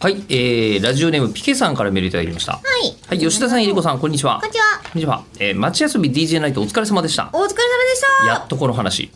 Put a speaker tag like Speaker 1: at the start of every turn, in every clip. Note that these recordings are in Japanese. Speaker 1: はい、えー、ラジオネームピケさんからメールいただきました。
Speaker 2: はい。
Speaker 1: はい、吉田さん、えりこさん、こんにちは。
Speaker 2: こんにちは。
Speaker 1: こんにちは。えー、街遊び DJ ナイトお疲れ様でした。
Speaker 2: お疲れ様でした。
Speaker 1: やっとこの話。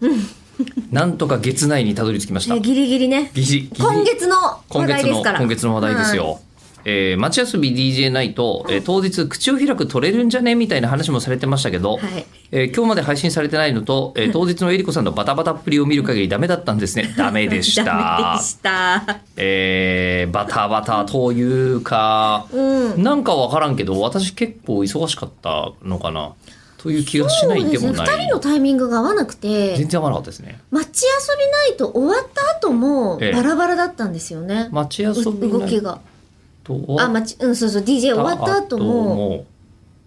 Speaker 1: なんとか月内にたどり着きました。
Speaker 2: え
Speaker 1: ギ
Speaker 2: ギリギリね。
Speaker 1: リギリ
Speaker 2: 今月の
Speaker 1: 今
Speaker 2: 話題
Speaker 1: 月
Speaker 2: で
Speaker 1: の
Speaker 2: すから。
Speaker 1: 今月の話題です
Speaker 2: はい。
Speaker 1: よ。えー、街遊び DJ ナイト、えー当日口を開く取れるんじゃねみたいな話もされてましたけど、
Speaker 2: はい
Speaker 1: えー今日まで配信されてないのと、えー当日のえりこさんのバタバタっぷりを見る限りダメだったんですね。ダメでした。
Speaker 2: ダメでした。
Speaker 1: えー、バタバタというか、
Speaker 2: う
Speaker 1: なんかわからんけど私結構忙しかったのかなという気がしないでも
Speaker 2: そ
Speaker 1: な
Speaker 2: う
Speaker 1: い
Speaker 2: ですね。二人のタイミングが合わなくて
Speaker 1: 全、然合わなかったですね
Speaker 2: 街遊びナイト終わった後も
Speaker 1: ええ
Speaker 2: バラバラだったんですよね。
Speaker 1: 街遊び
Speaker 2: 動
Speaker 1: な
Speaker 2: き
Speaker 1: い
Speaker 2: が。
Speaker 1: と
Speaker 2: あ、街、うん、そうそう、DJ 終わった後も、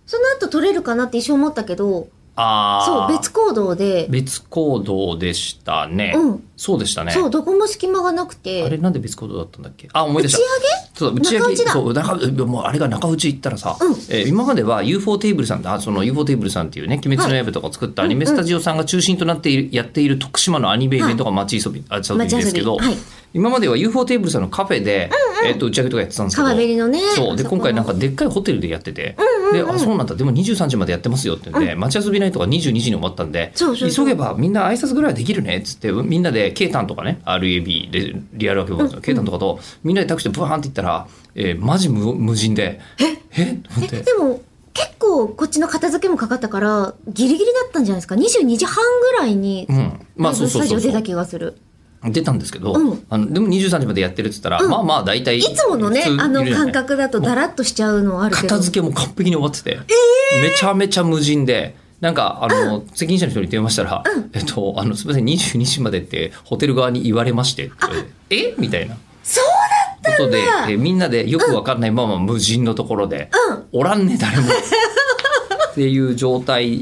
Speaker 2: その後撮れるかなって一瞬思ったけど、
Speaker 1: あ
Speaker 2: そう、
Speaker 1: あ
Speaker 2: 別行動で、
Speaker 1: 別行動でしたね、
Speaker 2: うん
Speaker 1: そうでしたね
Speaker 2: そう、どこも隙間がなくて、
Speaker 1: あれ
Speaker 2: 打
Speaker 1: なんで別行動だったんだっけあ思い出し
Speaker 2: ち
Speaker 1: た
Speaker 2: 上
Speaker 1: そう
Speaker 2: げ
Speaker 1: 打ち上
Speaker 2: 中
Speaker 1: げ
Speaker 2: 打ちだ
Speaker 1: そう中もうあれが中打ち行ったらさ、
Speaker 2: うん
Speaker 1: えー今までは UFO テーブルさんあその UFO テーブルさんっていうね「鬼滅の刃」とか作ったアニメスタジオさんが中心となっている、やっている徳島のアニメイベントが街遊び、あ遊び
Speaker 2: 街
Speaker 1: ですけど、
Speaker 2: はい。
Speaker 1: 今までは UFO テーブルさんのカフェで、えっと打ち上げとかやってたんですけど
Speaker 2: 川べりのね。
Speaker 1: そうで
Speaker 2: あこ
Speaker 1: 今
Speaker 2: の
Speaker 1: 回なんかでっかいホテルでやってて、であそうなんだでも23時までやってますよって言うんで、待ち遊びないとか22時に終わったんで
Speaker 2: そうそうそう
Speaker 1: 急げばみんな挨拶ぐらいはできるねっつってみんなでケイタンとかね RAB でリアルアクボーズのケイタンとかとみんなでタクシーでブワーンって行ったら、えーマジ無無人でええと思って
Speaker 2: えでも結構こっちの片付けもかかったからギリギリだったんじゃないですか22時半ぐらいに、
Speaker 1: うんまあそう
Speaker 2: ス
Speaker 1: そう
Speaker 2: タジ
Speaker 1: そ
Speaker 2: オ
Speaker 1: うそ
Speaker 2: 出た
Speaker 1: う
Speaker 2: 気がする
Speaker 1: 出たんですけど、
Speaker 2: うん
Speaker 1: あのでも23時までやってるっつったら、まあまあ大体い
Speaker 2: いつものねあの感覚だとだらっとしちゃうのはあるけど
Speaker 1: 片付けも完璧に終わってて、めちゃめちゃ無人でなんかあの、責任者の人に電話したら「えっと、あのすみません22時まで」ってホテル側に言われましてって「えみたいなこ
Speaker 2: そう
Speaker 1: とでえみんなでよくわかんないまま無人のところで「おらんね 誰も」っていう状態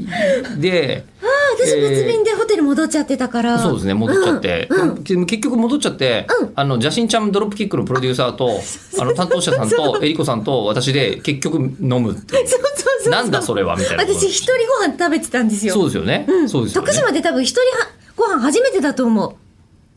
Speaker 1: で。
Speaker 2: だ私別便でホテル戻っちゃってたから、
Speaker 1: そうですね戻っちゃって、でも結局戻っちゃって、
Speaker 2: うん
Speaker 1: あの邪神ちゃんドロップキックのプロデューサーとあの担当者さ んとえりこさんと私で結局飲むっていう
Speaker 2: そうそうそうそう
Speaker 1: なんだそれはみたいなこと
Speaker 2: 私一人ご飯食べてたんですよ
Speaker 1: そうですよね。そうですよね。
Speaker 2: 徳島で多分一人はご飯初めてだと思う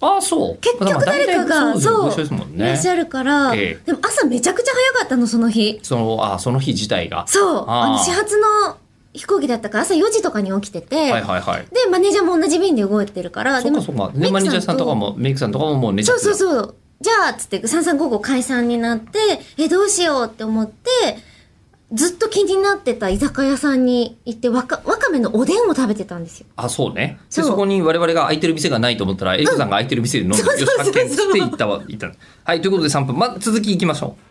Speaker 1: ああ、そう。
Speaker 2: 結
Speaker 1: まあ
Speaker 2: 局誰か
Speaker 1: まあ大
Speaker 2: が
Speaker 1: 体
Speaker 2: そう
Speaker 1: そうですよねご一緒ですもん
Speaker 2: いらっ
Speaker 1: ね。
Speaker 2: しゃるから、
Speaker 1: え
Speaker 2: でも朝めちゃくちゃ早かったのその日
Speaker 1: その、ああ、その日自体が。
Speaker 2: そう
Speaker 1: あー
Speaker 2: あの始発の飛行機だったから朝4時とかに起きてて、
Speaker 1: はいはいはい。
Speaker 2: でマネージャーも同じ便で動いてるから
Speaker 1: そ
Speaker 2: で
Speaker 1: っ
Speaker 2: も
Speaker 1: かそっか。で、マネージャーさんとかも、メイクさんとかももう寝ちゃ
Speaker 2: そ
Speaker 1: っ
Speaker 2: う
Speaker 1: てた
Speaker 2: そうそうじゃあっつって3355解散になってえどうしようって思ってずっと気になってた居酒屋さんに行ってわかわかめのおでんを食べてたんですよ
Speaker 1: あ、そうね。で、
Speaker 2: そう
Speaker 1: そこに我々が空いてる店がないと思ったら、エリコさんが空いてる店で飲んで、
Speaker 2: そう
Speaker 1: よし、
Speaker 2: そうそう
Speaker 1: 発見つって行ったわ、行ったの。はい、ということで3分。ま、続き行きましょう。